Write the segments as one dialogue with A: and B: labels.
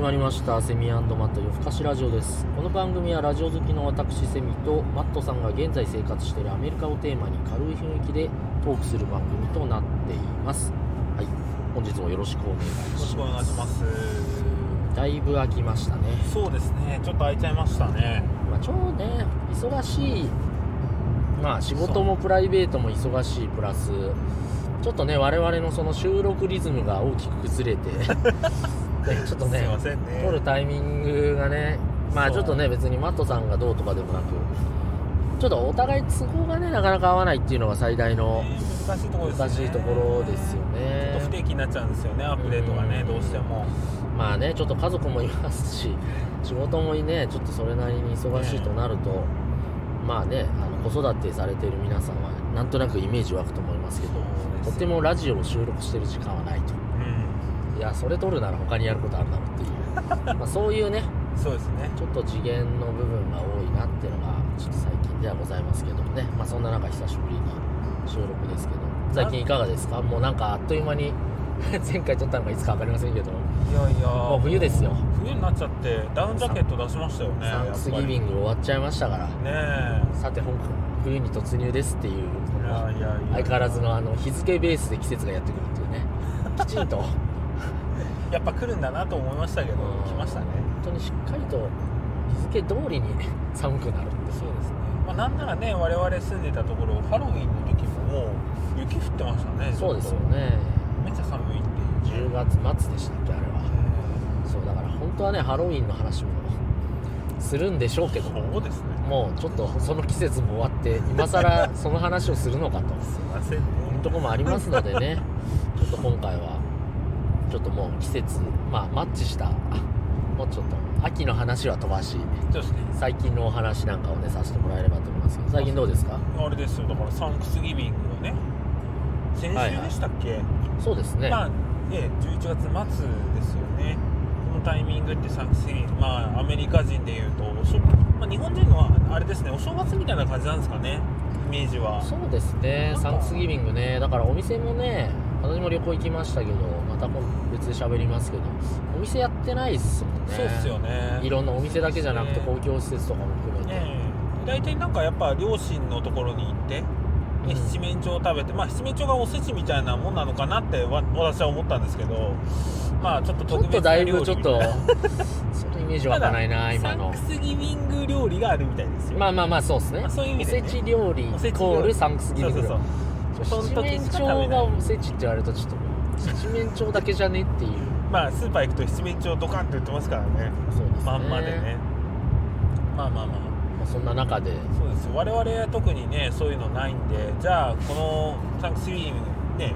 A: まりましたセミマット夜更かしラジオですこの番組はラジオ好きの私セミとマットさんが現在生活しているアメリカをテーマに軽い雰囲気でトークする番組となっていますはい本日もよろしくお願い
B: よろし
A: し
B: くお願
A: ま
B: いし
A: す
B: ます。
A: だいぶ空きましたね
B: そうですね。ちょっと空いちゃいましたね。
A: まあ超ね忙しいまあ仕事もプライベートも忙しいプラスちょっとね我々のその収録リズムが大きく崩れ てねちょっと
B: すい
A: ね
B: ませんね。
A: 撮るタイミングがねまあ
B: そう
A: ちょっとね別にマットさんがどうとかでもなくちょっとお互い都合がねなかなか合わないっていうのが最大の
B: ね難しいところですね。
A: 難しいところですよ
B: ちょっと不
A: ね
B: 定期になっちゃうんですよね。アップデートがね、
A: うん
B: どうしても。
A: まあねちょっと家族もいますし仕事もねちょっとそれなりに忙しいとなると、まあねあの子育てされている皆さんはなんとなくイメージ湧くと思いますけどとって
B: も。
A: もラジオを収録してる時間はないと
B: うん。
A: いやそれ撮るなら他にやることあるだろうっていうまあそういうね
B: そうですね。
A: ちょっと次元の部分が多いなっていうのがちょっと最近ではございますけどもね、まあ、そんな中久しぶりに収録ですけど最近いかがですかもうなんかあっという間に 前回撮ったのがいつか分かりませんけども
B: いやいや。
A: う冬ですよ
B: 冬になっちゃって、ダウンジャケット出しましたよね。
A: サンクスギビ
B: ン
A: ング終わっちゃいましたから
B: ねえ。
A: さて本格冬に突入ですっていうこ
B: い
A: の
B: やいやいや。
A: 相変わらずのあの日付ベースで季節がやってくるっていう ねきちんと本
B: やっぱ来るんだなと思いましたけど、
A: うん
B: 来ましたね。
A: 当にしっかりと日付通りに寒くなるって
B: そうですね。まあ、なんならね、我々住んでたところ、ハロウィンの時も、もう雪降ってましたね。ずっと
A: そうですよ。ね
B: めっちゃ寒いっていう
A: 10月末でしたっけあれはそうだから本当はねハロウィンの話もするんでしょうけども
B: そうですね
A: もうちょっとその季節も終わって今 更その話をするのかと
B: すいませんね
A: いうとこもありますので ねちょっと今回はちょっともう季節まあマッチしたもうちょっと秋の話は飛ばし
B: ちょっとね
A: 最近のお話なんかをねさせてもらえればと思いますけど最近どうですか
B: あれですよだからサンクスギビングのね先週でしたっけ、
A: そうですね、
B: まあええ11月末ですよねこのタイミングってサンクスギビングまあアメリカ人でいうとおしょ、まあ、日本人のはあれですねお正月みたいな感じなんですかねイメージは
A: そうですね
B: なんか
A: サンクスギビングねだからお店もね私も旅行行きましたけどまた今度別で喋りますけどお店やってないっすもんね
B: そうっすよね
A: いろんなお店だけじゃなくて
B: そう
A: 公
B: っすね
A: 共施設とかも含めて、
B: ええ大体なんかやっぱ両親のところに行って
A: うん
B: 七面鳥を食べてまあ七面鳥がおせちみたいなもんなのかなってわ私は思ったんですけどまあちょっと
A: ちょ
B: 特
A: っと
B: 別
A: だ
B: ない料
A: ぶ
B: 理み
A: ち
B: た
A: ょっと
B: いな
A: そのイメージわかないな今の
B: サンクスギビング料理があるみたいですよ
A: まあまあまあそうですね、
B: まあそういう意味でね
A: おせち料理イ
B: おせち料理
A: コールサンクスギ
B: そ
A: ビ
B: う
A: ン
B: そ
A: グ
B: うそう
A: ちょ
B: その
A: 七
B: 時
A: 面
B: しか食べない
A: 鳥がおせちって言われるとちょっと七面鳥だけじゃねっていう
B: まあスーパー行くと七面鳥ドカンって売ってますからね
A: そうですね
B: まんまでねまあまあまあ
A: まあそんな中で
B: そうです我々は特にねそういうのないんでじゃあこのサンクスギビングね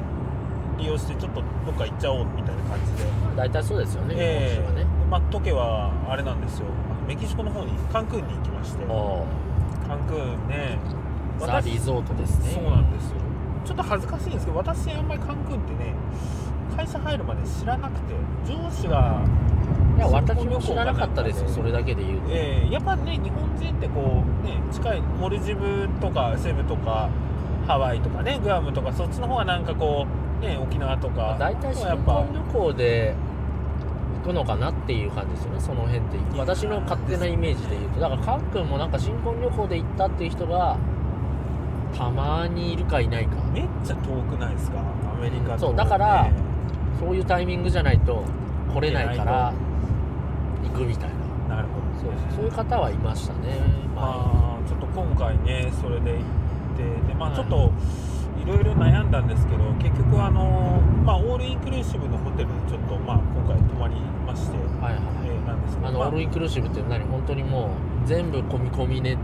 B: 利用してちょっとどっか行っちゃおうみたいな感じで
A: 大体そうですよね、
B: え
A: 今週はね
B: マット家はあれなんですよあのメキシコの方にカンクンに行きましてカ
A: おー
B: ンクンね
A: ザ・リゾートですね
B: そうなんですよちょっと恥ずかしいんですけど私あんまりカンクンってね会社入るまで知らなくて上司が
A: いや私も知らなかったですよそれだけで言うと、
B: えーやっぱね日本人ってこうね近いモルジブとかセブとかハワイとかねグアムとかそっちの方がなんかこうね沖縄とか
A: 大体新
B: やっぱ
A: 婚旅行で行くのかなっていう感じですよねその辺って
B: や
A: 私の勝手なイメージで言うとだからカン君もなんか新婚旅行で行ったっていう人がたまにいるかいないか
B: めっちゃ遠くないですかアメリカと、ね、
A: そうだからそういうタイミングじゃないと来れないから行くみたいな
B: なるほ
A: そ
B: ど
A: うそういう方はいましたねま
B: まあ、ちょっと今回ねそれで行ってで、ま
A: はい
B: あ、ちょっといろいろ悩んだんですけど結局あの、まあ、オールインクルーシブのホテルにちょっと、まあ、今回泊まりまして、
A: あはい
B: え
A: はい
B: ーなんですけど
A: あのオ
B: ま
A: ールインクルーシブって何本当にもう全部込み込み、ね、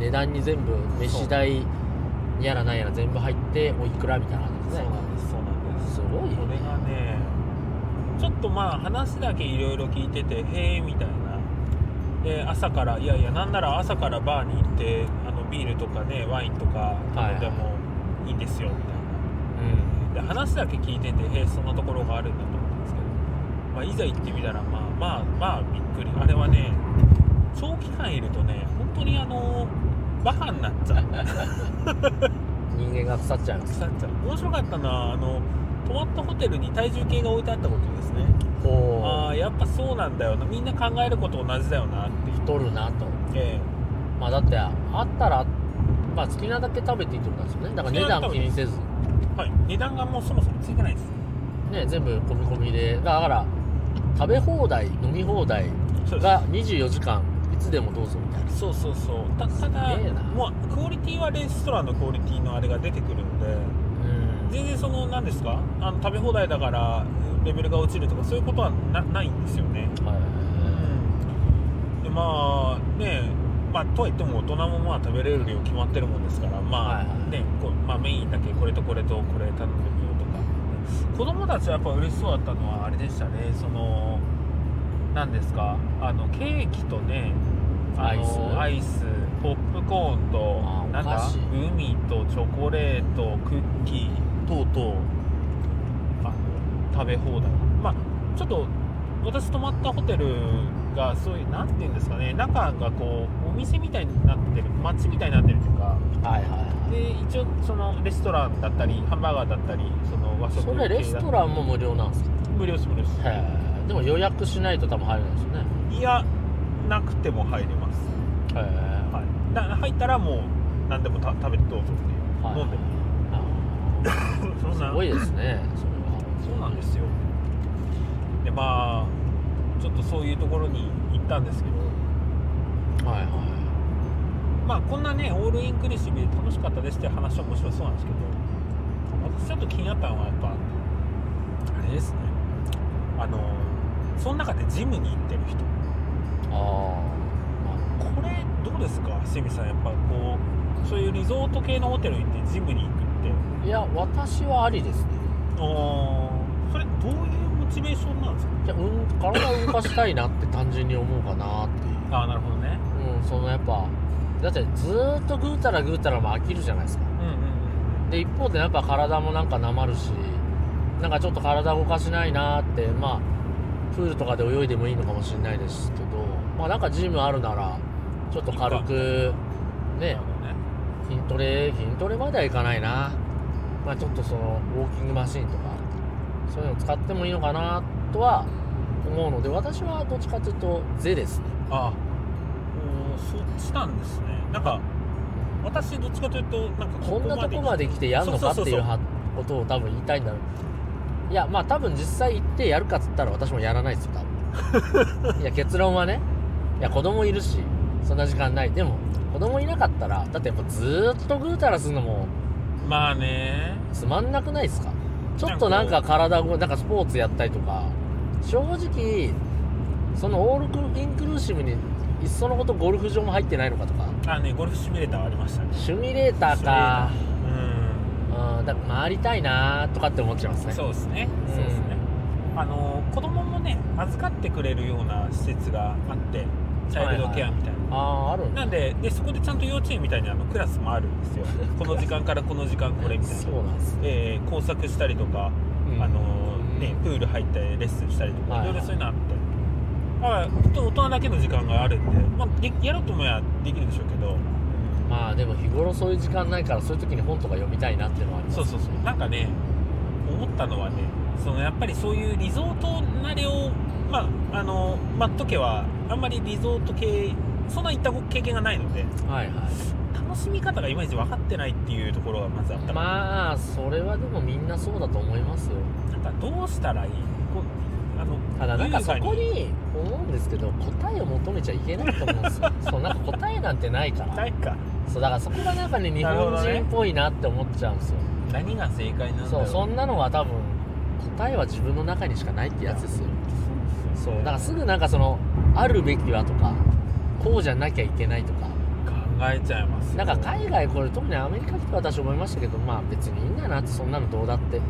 A: 値段に全部飯代やらなんやら全部入っておいくらみたいな感じです
B: そう
A: ね
B: なんですそうなんです
A: すごいよ
B: これ
A: ね
B: がねちょっとまあ話だけいろいろ聞いててへえみたいなで朝からいやいやなんなら朝からバーに行ってあのビールとかねワインとか頼んでもいいですよみたいな、
A: うん
B: で話だけ聞いててへえそんなところがあるんだと思ったんですけど、まあ、いざ行ってみたらまあまあまあびっくりあれはね長期間いるとね本当にあのバカになっちゃう
A: 人間が腐っちゃいます
B: 腐っちゃう面白かったのはあの泊まったホテルに体重計が置いてあったことですね
A: お
B: あ
A: ー
B: あやっぱそうなんだよなみんな考えること同じだよなっていう
A: 太るなと
B: え
A: まあだってあったら、まあ、好きなだけ食べていいってことなんですよねだから値段気にせず
B: えはい値段がもうそもそもついてないです
A: ね全部込み込みでだから食べ放題飲み放題
B: そうです
A: が24時間いつでもどうぞみたいな
B: そうそうそうたただ
A: すげえな
B: もうクオリティはレストランのクオリティのあれが出てくるので
A: うん
B: 全然その何ですかあの食べ放題だからレベルが落ちるとかそういうことはなないんですよねでまあねまあとはいっても大人もまあ食べれる量決まってるもんですからま
A: はいは
B: あ
A: い
B: ね、こうまあ、メインだけこれとこれとこれ頼んでみようとか子供たちはやっぱ嬉しそうだったのはあれでしたねその何ですかあのケーキとねあの
A: ア
B: アイスポップコーンと
A: あー
B: なん
A: お
B: だ
A: 菓子
B: 海とチョコレートクッキー等々あの食べ放題まあちょっと私泊まったホテルがそういうなんていうんですかね中がこうお店みたいになってる街みたいになってるというか
A: はいはいはい
B: で一応そのレストランだったりハンバーガーだったりその和食
A: それレストランも無料なんですか
B: ン無料です無料です
A: へえでも予約しないと多分入れないですよね
B: いやなくても入れます
A: へえは
B: はい、だ入ったらもう何でもた食べてどうぞっていう、
A: い
B: 飲んでも
A: あ
B: そん
A: ー
B: な
A: すごいですねそれは
B: そうなんですよでまあちょっとそういうところに行ったんですけど
A: はいは
B: まあこんなねオールインクルーシブで楽しかったですっていう話は面白そうなんですけど私ちょっと気になったのはやっぱあれですねあのその中でジムに行ってる人
A: いあ
B: これどうですかセミさんやっぱこうそういうリゾート系のホテル行ってジムに行くって
A: ー、まあ、いや私はありですね
B: ああそれどういうモチベーションなんですか
A: じゃあ、うん、体を動かしたいなって単純に思うかなっていう
B: ああなるほどね
A: うん、そのやっぱだってずーっとぐうたらぐうたらも飽きるじゃないですか
B: うんうんうん
A: で一方でやっぱ体もなんかなまるしなんかちょっと体動かしないなーってまあプールとかで泳いでもいいのかもしれないですけどまあなんかジムあるならちょっと軽くね
B: なる
A: 筋トレ筋トレまではいかないなまあちょっとそのウォーキングマシンとかそういうの使ってもいいのかなとは思うので私はどっちかというと「ぜ」ですね
B: ほどねあおーそっちなんですねなんか私どっちかというとなんか
A: こんなとこまで来てやるのかって
B: そう
A: い
B: そううそう
A: はことを多分言いたいんだろういやまあ多分実際行ってやるかっつったら私もやらないですよ多 分いや結論はねいや子供いるしそんな時間ないでも子供いなかったらだってやっぱずーっとぐうたらするのも
B: まあね
A: つまんなくないですかちょっとなんか体をなんかスポーツやったりとか正直そのオールインクルーシブにいっそのことゴルフ場も入ってないのかとか
B: あねゴルフシミュレーターありましたね
A: シュミレーターか
B: うん
A: うんだから回りたいなーとかって思っちゃいますね
B: そうですね
A: うん
B: そうですねあの子供もね預かってくれるような施設があってチャイルドケアみたいな
A: あああるんだ
B: なんででそこでちゃんと幼稚園みたいにあのクラスもある んですよこの時間からこの時間これみたい
A: そ
B: な
A: うなんです、
B: えー工作したりとか、
A: うん
B: あのーね、プール入ったりレッスンしたりとか、
A: はいい
B: ろいろそういうのあってだから本当に大人だけの時間があるんで、まあ、でやろうと思えばできるでしょうけど
A: まあでも日頃そういう時間ないからそういう時に本とか読みたいなっていうのはあります
B: そうそうそうなんかね思ったのはねそのやっぱりそういうリゾート慣れをまああのマット家はあんまりリゾート系そんな行った経験がないので
A: はいは
B: 楽しみ方がいまいち分かってないっていうところがまずあった
A: い
B: かな
A: まあそれはでもみんなそうだと思いますよ
B: なんかどうしたらいいこうあの
A: ただなんか
B: 優
A: そ
B: 雅に
A: こに思うんですけど答えを求めちゃいけないと思うん ですよそうなんか答えなんてないから
B: ないか
A: そうだからそこがなんかね日
B: なるほ
A: 本
B: どね
A: 人っぽいなって思っちゃうんですよ、
B: 何が正解なんだろ
A: そうそ
B: うん
A: なのは多分答えは自分の中にしかないってやつですよそうだからすぐなんかそのあるべきはとかこうじゃなきゃいけないとか
B: 考えちゃいますよ
A: なんか海外これ特にアメリカ来て私思いましたけどまあ別にいいんだなってそんなのどうだってい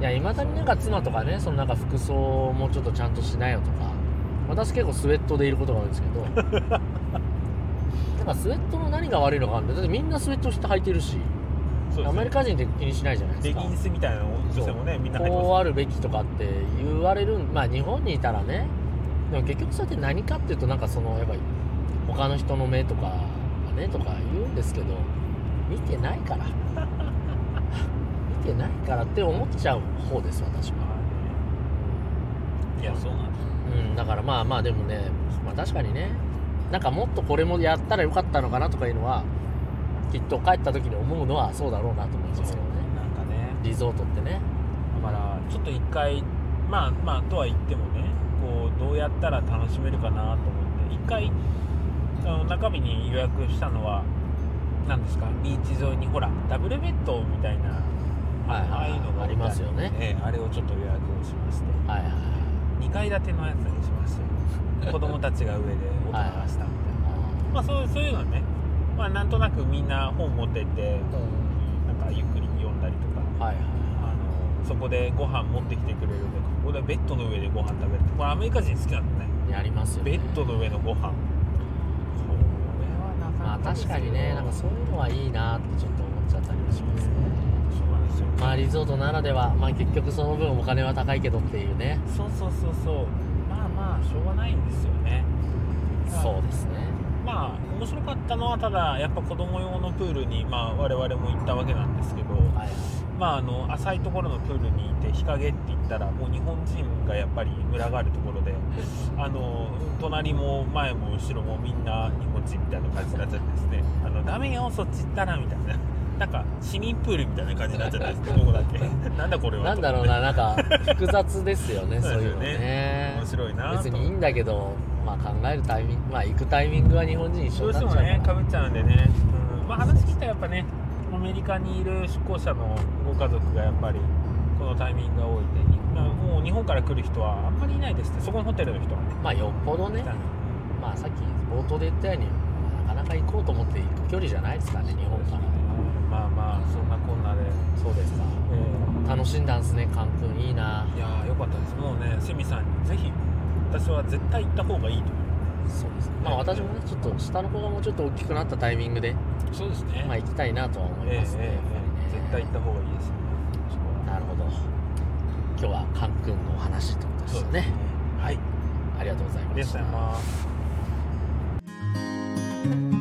A: やいまだになんか妻とかねそのなんか服装もちょっとちゃんとしなよとか私結構スウェットでいることが多いんですけど なんかスウェットの何が悪いのかあるんだよだってみんなスウェットして履いてるし
B: そうです
A: アメリカ人って気にしないじゃないで
B: レ
A: すか
B: ギンスみたいなの女性もねみんな入って
A: こう
B: ま
A: あるべきとかって言われるまあ日本にいたらねでも結局それって何かっていうとなんかそのやっぱり他の人の目とかがねとか言うんですけど見てないから 見てないからって思っちゃう方です私は
B: すいやそうなんですよ
A: うん、だからまあまあでもね、まあ、確かにねなんかもっとこれもやったらよかったのかなとかいうのはきっと帰った時に思うのはそうだろうなと思いますけどね
B: なんかね
A: リゾートってね
B: だからちょっと一回まあまあとは言ってもねこうどうやったら楽しめるかなと思って一回あの中日に予約したのは何ですかビーチ沿いにほらダブルベッドみたいな
A: はいはい
B: ああいうのが
A: ありますよね
B: ええあれをちょっと予約をしまして
A: はいはいはい
B: 2階建てのやつにしましたよ子供たちが上で大人が下みたいな、まあそうそういうのはねまあなんとなくみんな本持ってってなんかゆっくり読んだりとか
A: はいはい
B: あのそこでご飯持ってきてくれるとかここでベッドの上でご飯食べるこれアメリカ人好きなんだね
A: やりますよ、ね、
B: ベッドの上のご飯これはな
A: まあ
B: かなかです
A: 確
B: よ
A: かにねなんかそういうのはいいなってちょっと思っちゃったりもしますね
B: そうなんですよ
A: まあリゾートならではまあ結局その分お金は高いけどっていうね
B: そうそうそうそうまあまあしょうがないんですよね
A: そうですね
B: まあ面白かったのはただやっぱ子供用のプールに、まあ、我々も行ったわけなんですけど、
A: はい
B: まあ、あの浅いところのプールにいて日陰って言ったらもう日本人がやっぱり群がるところであの隣も前も後ろもみんな日本人みたいな感じになっちゃってですねあのダメよそっち行ったらみたいな なんか市民プールみたいな感じになっちゃったんですけどここだけ なんだこれは
A: なんだろうななんか複雑ですよね そういうの
B: と
A: ね
B: 面白いな
A: 別
B: と
A: にいいんだけど、まあ、考えるタイミングまあ行くタイミングは日本人一
B: ど
A: 緒
B: う
A: にな
B: して
A: っ
B: も
A: ちゃう
B: ね
A: か
B: からぶっちゃうんでね、うんまあ、話聞いたらやっぱねアメリカにいる出向者のご家族がやっぱりこのタイミングが多いんでにまあもう日本から来る人はあんまりいないですってそこのホテルの人はね
A: まあよっぽどね、まあ、さっき冒頭で言ったようになかなか行こうと思って行く距離じゃないですからね日本から
B: まあまあそんなこんなで、
A: そうですか
B: えー
A: 楽しんだんすねカン君いいない
B: やーよかったですもうねセミさんにぜひ私は絶対行った方がいいと思
A: そうですまあ私もねちょっと下の子がもうちょっと大きくなったタイミングで、
B: うそうですね
A: まあ、行きたいなとは思い
B: えーえ
A: ますね、やっぱり
B: ーえー
A: ね
B: 絶対行った方がいいですよねそこは
A: なるほど今日はカン君のお話ってことでしたね
B: はい
A: ありがとうござい
B: あり
A: ま
B: がとうご
A: し
B: ざい
A: た
B: ます